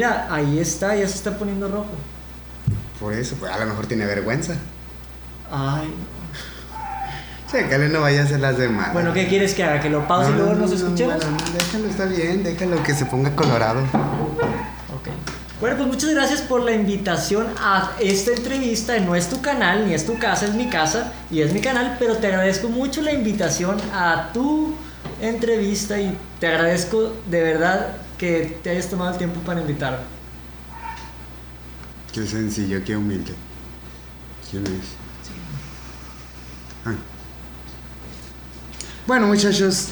Mira, ahí está, ya se está poniendo rojo. Por eso, pues a lo mejor tiene vergüenza. Ay. Chécale, no vaya a hacer las demás. Bueno, ¿qué quieres que haga? ¿Que lo pause y luego nos escuchemos? bueno, déjalo, está bien, déjalo que se ponga colorado. Ok. Bueno, pues muchas gracias por la invitación a esta entrevista. No es tu canal, ni es tu casa, es mi casa y es mi canal, pero te agradezco mucho la invitación a tu entrevista y te agradezco de verdad que te hayas tomado el tiempo para invitarme. Qué sencillo, qué humilde. ¿Quién es? Ah. Bueno, muchachos,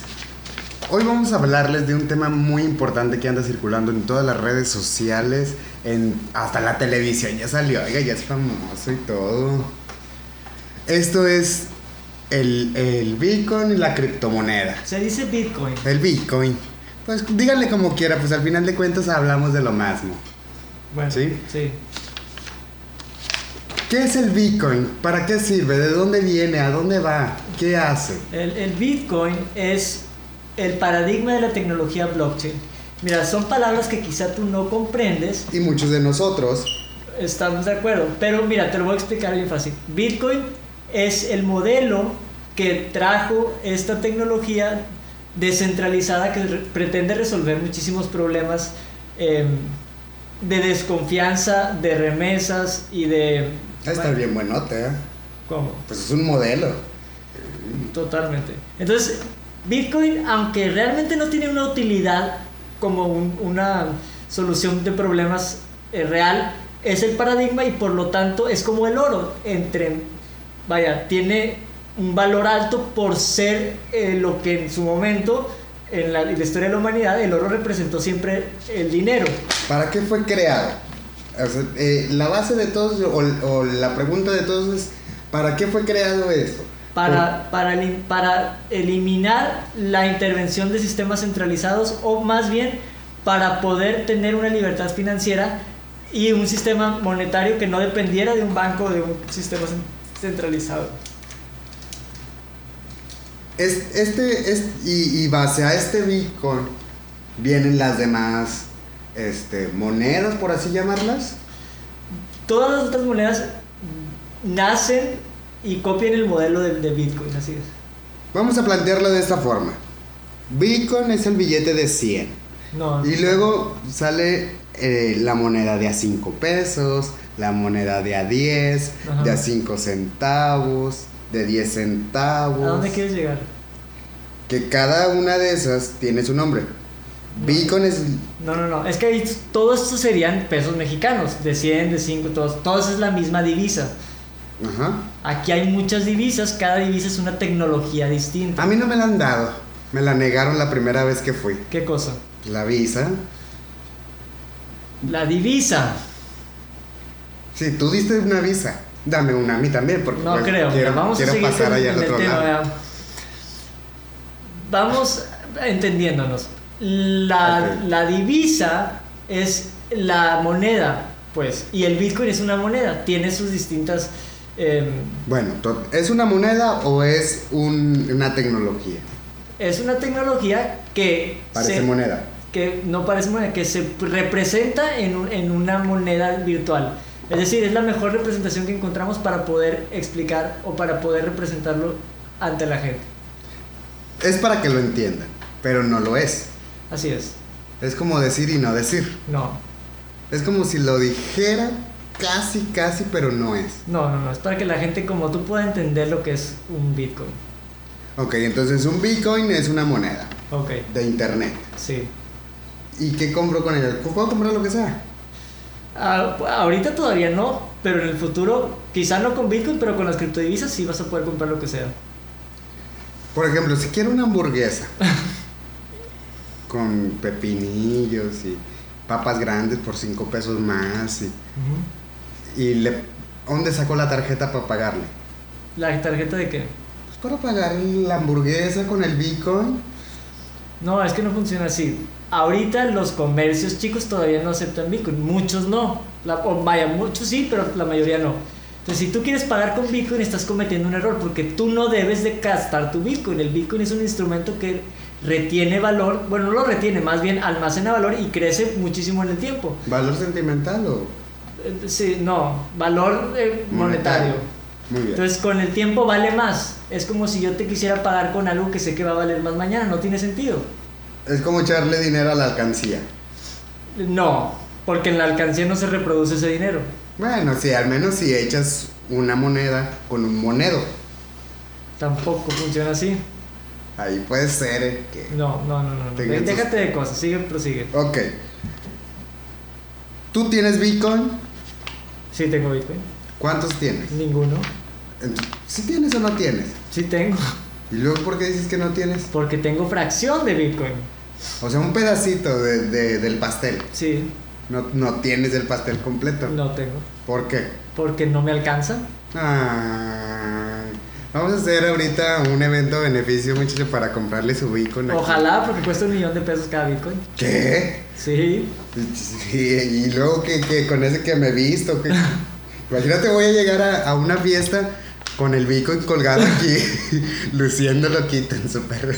hoy vamos a hablarles de un tema muy importante que anda circulando en todas las redes sociales, en, hasta la televisión ya salió, oiga, ya es famoso y todo. Esto es el, el Bitcoin y la criptomoneda. Se dice Bitcoin. El Bitcoin. Pues díganle como quiera, pues al final de cuentas hablamos de lo mismo. Bueno, ¿Sí? Sí. ¿Qué es el Bitcoin? ¿Para qué sirve? ¿De dónde viene? ¿A dónde va? ¿Qué hace? El, el Bitcoin es el paradigma de la tecnología blockchain. Mira, son palabras que quizá tú no comprendes, Y muchos de nosotros, estamos de acuerdo, pero mira, te lo voy a explicar bien fácil. Bitcoin es el modelo que trajo esta tecnología descentralizada que re- pretende resolver muchísimos problemas em, de desconfianza, de remesas y de... va a estar bien buenote, ¿eh? ¿Cómo? Pues es un modelo. Totalmente. Entonces, Bitcoin, aunque realmente no tiene una utilidad como un- una solución de problemas eh, real, es el paradigma y por lo tanto es como el oro. Entre, vaya, tiene un valor alto por ser eh, lo que en su momento, en la, en la historia de la humanidad, el oro representó siempre el dinero. ¿Para qué fue creado? O sea, eh, la base de todos, o, o la pregunta de todos es, ¿para qué fue creado esto? para, para, elim- para eliminar la intervención de sistemas centralizados o más bien para poder tener una libertad financiera y un sistema monetario que no dependiera de un banco o de un sistema cen- centralizado. Es, este, es, y, y base a este Bitcoin vienen las demás este, monedas, por así llamarlas. Todas las otras monedas nacen y copian el modelo de, de Bitcoin, así es. Vamos a plantearlo de esta forma. Bitcoin es el billete de 100. No, Y luego sale eh, la moneda de a 5 pesos, la moneda de a 10, Ajá. de a 5 centavos, de 10 ¿a centavos. dónde quieres llegar? Que cada una de esas tiene su nombre. Bitcoin es... No, no, no, es que ahí todos estos serían pesos mexicanos, de 100, de 5, todos, todos es la misma divisa. Ajá. Aquí hay muchas divisas, cada divisa es una tecnología distinta. A mí no me la han dado. Me la negaron la primera vez que fui. ¿Qué cosa? La visa. La divisa. Sí, tú diste una visa. Dame una a mí también, porque No pues, creo. quiero, Vamos quiero a seguir pasar con- allá al con el otro tema, lado. vea. Vamos entendiéndonos. La, Ok. la divisa es la moneda, pues, y el Bitcoin es una moneda, tiene sus distintas... em, Bueno, to- ¿es una moneda o es un- una tecnología? es una tecnología que... Parece se- moneda. que no parece moneda, que se representa en, un- en una moneda virtual. Es decir, es la mejor representación que encontramos para poder explicar o para poder representarlo ante la gente. Es para que lo entiendan, pero no lo es. Así es. Es como decir y no decir. No, Es como si lo dijera casi, casi, pero no es. no, no, no. Es para que la gente como tú pueda entender lo que es un Bitcoin. Ok, entonces un Bitcoin es una moneda Ok, de internet. sí. ¿Y qué compro con ella? Puedo comprar lo que sea. Ah, ahorita todavía no, pero en el futuro, quizá no con Bitcoin, pero con las criptodivisas sí vas a poder comprar lo que sea. Por ejemplo, si quiero una hamburguesa con pepinillos y papas grandes por 5 pesos más y, y le, ¿dónde sacó la tarjeta para pagarle? ¿La tarjeta de qué? Pues para pagar la hamburguesa con el Bitcoin. No, es que no funciona así. Ahorita los comercios chicos todavía no aceptan Bitcoin. Muchos no. La, o vaya, muchos sí, pero la mayoría no. Entonces, si tú quieres pagar con Bitcoin, estás cometiendo un error porque tú no debes de gastar tu Bitcoin. El Bitcoin es un instrumento que retiene valor, bueno, no lo retiene, más bien almacena valor y crece muchísimo en el tiempo. ¿Valor sentimental o Eh, Sí, no, valor eh, monetario. Muy bien. Entonces con el tiempo vale más. Es como si yo te quisiera pagar con algo que sé que va a valer más mañana, no tiene sentido. es como echarle dinero a la alcancía. No, porque en la alcancía no se reproduce ese dinero. Bueno, sí, al menos si echas una moneda con un monedo. Tampoco funciona así. Ahí puede ser eh, que... No, no, no, no. no. Tengan sus- Déjate de cosas, sigue, prosigue. Ok. ¿Tú tienes Bitcoin? Sí tengo Bitcoin. ¿Cuántos tienes? Ninguno. Si tienes o no tienes. Sí tengo. ¿Y luego por qué dices que no tienes? Porque tengo fracción de Bitcoin. O sea, un pedacito de- de- del pastel. Sí, No, no tienes el pastel completo. no tengo. ¿Por qué? Porque no me alcanza. Ah, vamos a hacer ahorita un evento beneficio, muchachos, para comprarle su Bitcoin. aquí. Ojalá, porque cuesta un millón de pesos cada Bitcoin. ¿Qué? Sí. Y, y luego que, que con ese que me he visto. que- Imagínate, voy a llegar a, a una fiesta con el Bitcoin colgado aquí, luciéndolo aquí tan súper.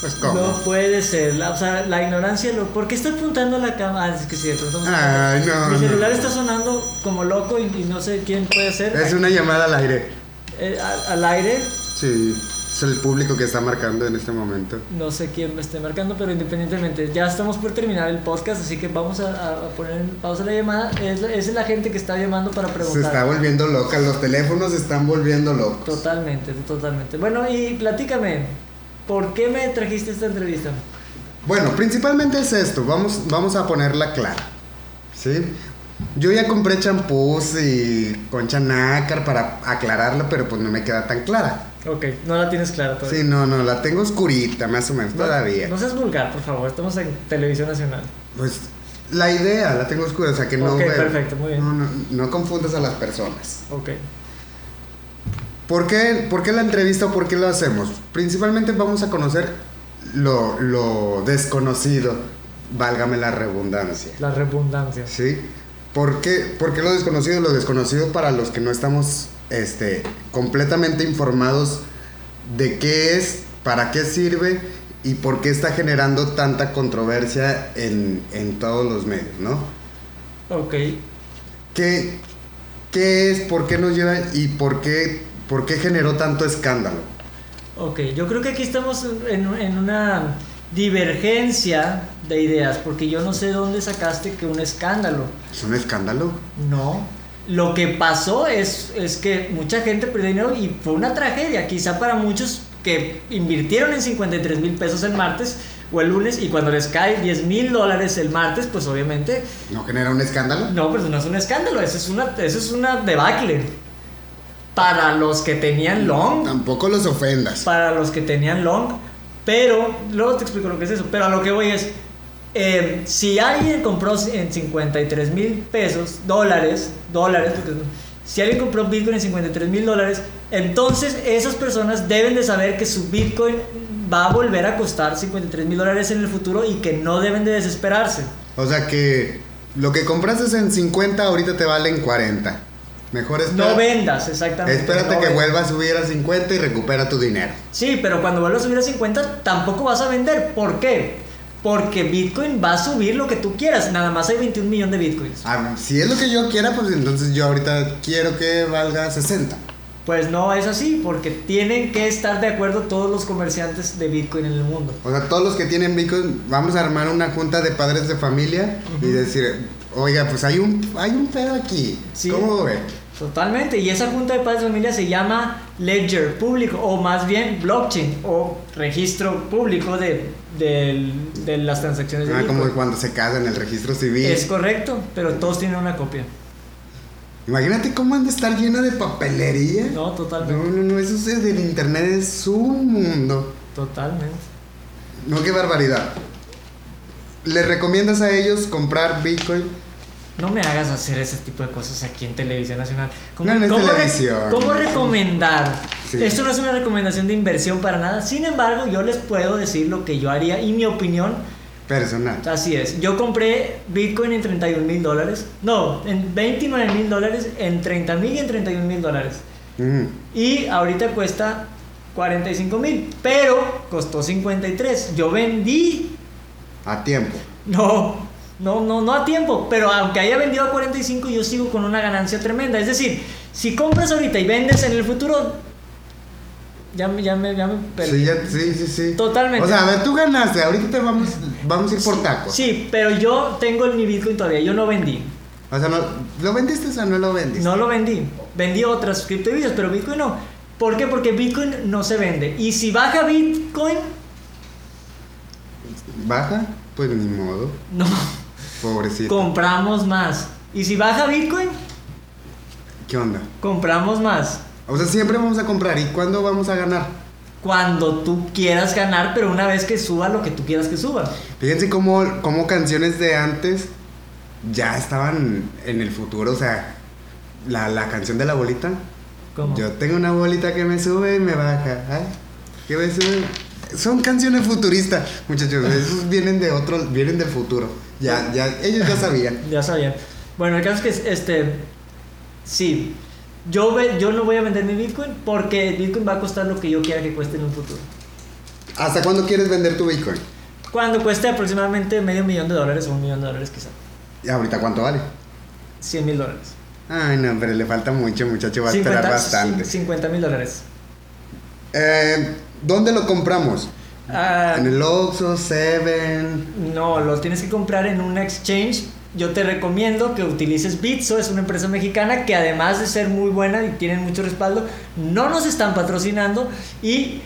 Pues, ¿cómo? No puede ser. La, o sea, la ignorancia. Lo, ¿Por qué está apuntando a la cama? Ah, es que sí, de pronto estamos- Ay, no, Mi Ah, no. celular está sonando como loco y, y no sé quién puede ser. Es una llamada al aire. Eh, al- al aire. Sí, es el público que está marcando en este momento. No sé quién me esté marcando, pero independientemente, ya estamos por terminar el podcast, así que vamos a, a- a poner en pausa la llamada. Es, la- es la gente que está llamando para Se está preguntar. volviendo loca, los teléfonos se están volviendo locos. Totalmente, totalmente. Bueno, y platícame, ¿por qué me trajiste esta entrevista? Bueno, principalmente es esto, vamos, vamos a ponerla clara. ¿Sí? Yo ya compré champús y concha nácar para aclararla, pero pues no me queda tan clara. Ok, no la tienes clara todavía. Sí, no, no, la tengo oscurita, más o menos, No- todavía. No seas vulgar, por favor, estamos en televisión nacional. Pues la idea la tengo oscura, o sea que no. Ok, veo. perfecto, muy bien. No, no, no confundas a las personas. Ok. ¿Por qué, por qué la entrevista o por qué lo hacemos? Principalmente vamos a conocer lo, lo desconocido, válgame la redundancia. Las redundancias. ¿Sí? ¿Por qué, por qué lo desconocido? Lo desconocido para los que no estamos este, completamente informados de qué es, para qué sirve y por qué está generando tanta controversia en, en todos los medios, ¿no? Ok. ¿Qué, ¿Qué es, por qué nos lleva y por qué, por qué generó tanto escándalo? Ok, yo creo que aquí estamos en, en una divergencia de ideas, porque yo no sé dónde sacaste que un escándalo. ¿Es un escándalo? No. Lo que pasó es, es que mucha gente perdió dinero y fue una tragedia. Quizá para muchos que invirtieron en 53 mil pesos el martes o el lunes y cuando les cae 10 mil dólares el martes, pues obviamente ¿No genera un escándalo? no, pues no es un escándalo, eso es una, eso es una debacle. Para los que tenían long, Tampoco los ofendas. para los que tenían long. Pero, luego te explico lo que es eso. Pero a lo que voy es: eh, si alguien compró en 53 mil pesos, dólares, dólares, porque si alguien compró Bitcoin en 53 mil dólares, entonces esas personas deben de saber que su Bitcoin va a volver a costar 53 mil dólares en el futuro y que no deben de desesperarse. O sea que lo que compraste en 50 ahorita te valen 40. Mejor espera- No vendas, exactamente. espérate no que vendas. vuelva a subir a 50 y recupera tu dinero. Sí, pero cuando vuelva a subir a 50 tampoco vas a vender. ¿Por qué? Porque Bitcoin va a subir lo que tú quieras. Nada más hay 21 millones de Bitcoins. Ah, si es lo que yo quiera, pues entonces yo ahorita quiero que valga 60. Pues no es así, porque tienen que estar de acuerdo todos los comerciantes de Bitcoin en el mundo. O sea, todos los que tienen Bitcoin, vamos a armar una junta de padres de familia y decir, oiga, pues hay un, hay un pedo aquí. Sí. ¿Cómo ve? Totalmente. Y esa junta de padres de familia se llama ledger público, o más bien blockchain, o registro público de, del- de las transacciones de Ah, como Bitcoin. cuando se casa en el registro civil. pues. Es correcto, pero todos tienen una copia. Imagínate cómo han de estar llena de papelería. No, totalmente. No, no, no, eso es del internet, es un mundo. Totalmente. No, qué barbaridad. ¿Le recomiendas a ellos comprar Bitcoin? No me hagas hacer ese tipo de cosas aquí en Televisión Nacional. No, no es re- televisión. cómo recomendar? Sí. Esto no es una recomendación de inversión para nada. Sin embargo, yo les puedo decir lo que yo haría y mi opinión. Personal. Así es. Yo compré Bitcoin en 31 mil dólares. No, en 29 mil dólares, en 30 mil y en 31 mil dólares. Mm, Y ahorita cuesta 45 mil, pero costó 53. Yo vendí, A tiempo. no, no, no, no a tiempo, pero aunque haya vendido a 45, yo sigo con una ganancia tremenda. Es decir, si compras ahorita y vendes en el futuro, ya me, ya me, ya me perdí. Sí, ya- sí, sí, sí. Totalmente. O sea, a ver, tú ganaste. Ahorita te vamos, vamos a ir por tacos. Sí, pero yo tengo mi Bitcoin todavía, yo no vendí. O sea, no- ¿lo vendiste o no lo vendiste? No lo vendí. Vendí otras criptomonedas, pero Bitcoin no. ¿Por qué? Porque Bitcoin no se vende. Y si baja Bitcoin, ¿Baja? Pues ni modo. no. Pobrecito. Compramos más. Y si baja Bitcoin, ¿Qué onda? compramos más. O sea, siempre vamos a comprar. ¿Y cuándo vamos a ganar? Cuando tú quieras ganar, pero una vez que suba lo que tú quieras que suba. Fíjense cómo, cómo canciones de antes ya estaban en el futuro. O sea, la, la canción de la bolita. ¿Cómo? Yo tengo una bolita que me sube y me baja. ay, Que me sube. Son canciones futuristas, muchachos. Esos vienen de otro, vienen del futuro. Ya, ya, ellos ya sabían. Ya sabía. Bueno, el caso es que, este, sí, yo, ve- yo no voy a vender mi Bitcoin porque el Bitcoin va a costar lo que yo quiera que cueste en un futuro. ¿Hasta cuándo quieres vender tu Bitcoin? Cuando cueste aproximadamente medio millón de dólares o un millón de dólares quizá. ¿Y ahorita cuánto vale? 100 mil dólares. Ay, no, pero le falta mucho, muchacho. Va a esperar bastante. 50 mil dólares. Eh, ¿Dónde lo compramos? Ah, En el Oxxo, Seven. no, lo tienes que comprar en un exchange. Yo te recomiendo que utilices Bitso, es una empresa mexicana que además de ser muy buena y tienen mucho respaldo, no nos están patrocinando y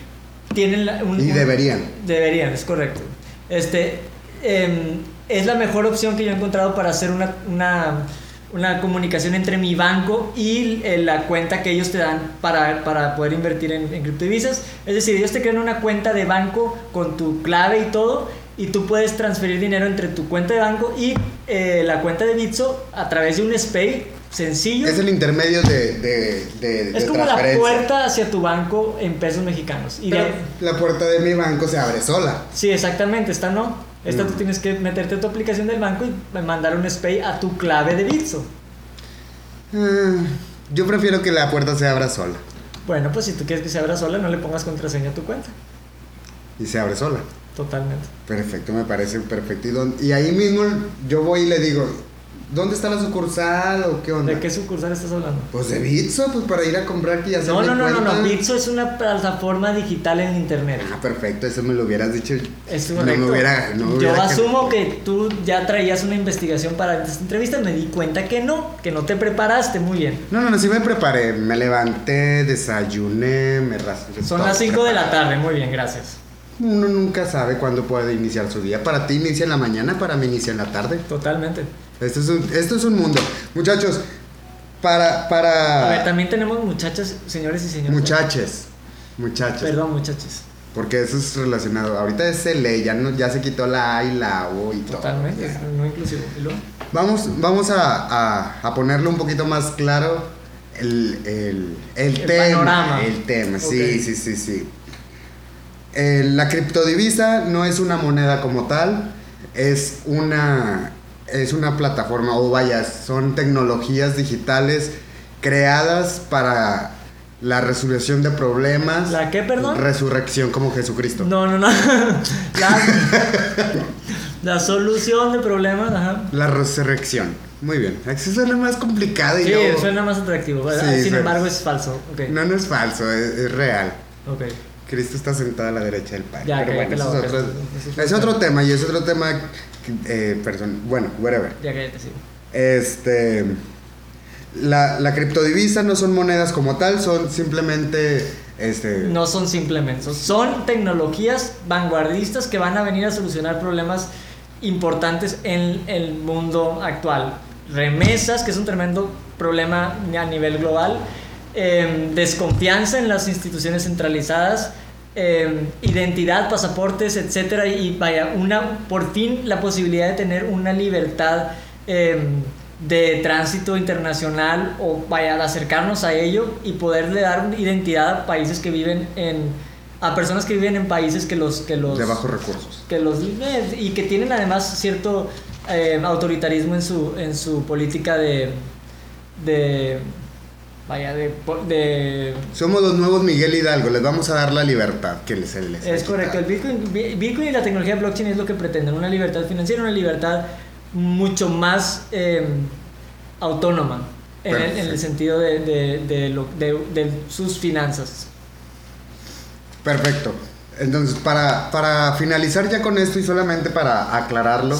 tienen la- un- Y un- deberían. Deberían, es correcto. Este em, es la mejor opción que yo he encontrado para hacer una, una, una comunicación entre mi banco y eh, la cuenta que ellos te dan para, para poder invertir en, en criptodivisas. Es decir, ellos te crean una cuenta de banco con tu clave y todo. Y tú puedes transferir dinero entre tu cuenta de banco y eh, la cuenta de Bitso a través de un SPAY sencillo. Es el intermedio de, de, de, Es de como la transferencia. puerta hacia tu banco en pesos mexicanos. Y de Pero ahí- la puerta de mi banco se abre sola. Sí, exactamente, esta no. Esta Mm. tú tienes que meterte a tu aplicación del banco y mandar un SPAY a tu clave de Bitso. Ah, yo prefiero que la puerta se abra sola. Bueno, pues si tú quieres que se abra sola, no le pongas contraseña a tu cuenta. Y se abre sola. Totalmente. Perfecto, me parece perfecto. Y, don- y ahí mismo yo voy y le digo, ¿dónde está la sucursal o qué onda? ¿De qué sucursal estás hablando? Pues de Bitso, pues para ir a comprar y hacer No, no, no, no, no. cuenta. Bitso es una plataforma digital en internet. Ah, perfecto, eso me lo hubieras dicho. Es no correcto. me hubiera, no me Yo hubiera asumo que tú ya traías una investigación para esta entrevista, me di cuenta que no, que no te preparaste muy bien. No, no, no, sí me preparé. Me levanté, desayuné, me rasuré. Son todo las 5 de la preparado. tarde, muy bien, gracias. Uno nunca sabe cuándo puede iniciar su día. Para ti inicia en la mañana, para mí inicia en la tarde. Totalmente. Esto es un, esto es un mundo. Muchachos, para. para A ver, también tenemos muchachas, señores y señores. Muchaches. Muchachos. Perdón, muchachas. Porque eso es relacionado. Ahorita es L, ya, no, ya se quitó la A y la O y todo. Totalmente, Ya. no inclusivo. ¿Y luego? Vamos, vamos a, a- a ponerle un poquito más claro el, el- el El tema. panorama. El tema, Ok. sí, sí, sí, sí. Eh, la criptodivisa no es una moneda como tal, es una, es una plataforma, o vaya, son tecnologías digitales creadas para la resolución de problemas. ¿La qué, perdón? Resurrección como Jesucristo. No, no, no. La, la solución de problemas, ajá. La resurrección. Muy bien. Eso suena más complicado y Sí, yo- suena más atractivo. ¿verdad? Sí, Sin suena- embargo, es falso. Ok, No, no es falso, es, es real. ok. Cristo está sentado a la derecha del Padre. Ya, pero cállate bueno, la eso es, boca, otro, eso es- es otro tema y es otro tema. eh, person- bueno, whatever. Ya cállate, sí. Este. La, la criptodivisa no son monedas como tal, son simplemente. Este, No son simplemente, son- son tecnologías vanguardistas que van a venir a solucionar problemas importantes en el mundo actual. Remesas, que es un tremendo problema a nivel global, em, desconfianza en las instituciones centralizadas, em, identidad, pasaportes, etcétera, y vaya, una, por fin la posibilidad de tener una libertad em, de tránsito internacional o vaya de acercarnos a ello y poderle dar una identidad a países que viven en a personas que viven en países que los que los de bajos recursos. que los eh, y que tienen además cierto eh, autoritarismo en su en su política de de Vaya, de, po- de- Somos los nuevos Miguel Hidalgo, les vamos a dar la libertad que les, se les ha Es correcto, el quitado. Bitcoin, Bi- Bitcoin y la tecnología blockchain es lo que pretenden, una libertad financiera, una libertad mucho más eh, autónoma en el, en el Perfecto. sentido de, de- de lo- de- de sus finanzas. Perfecto. Entonces, para, para finalizar ya con esto y solamente para aclararlo,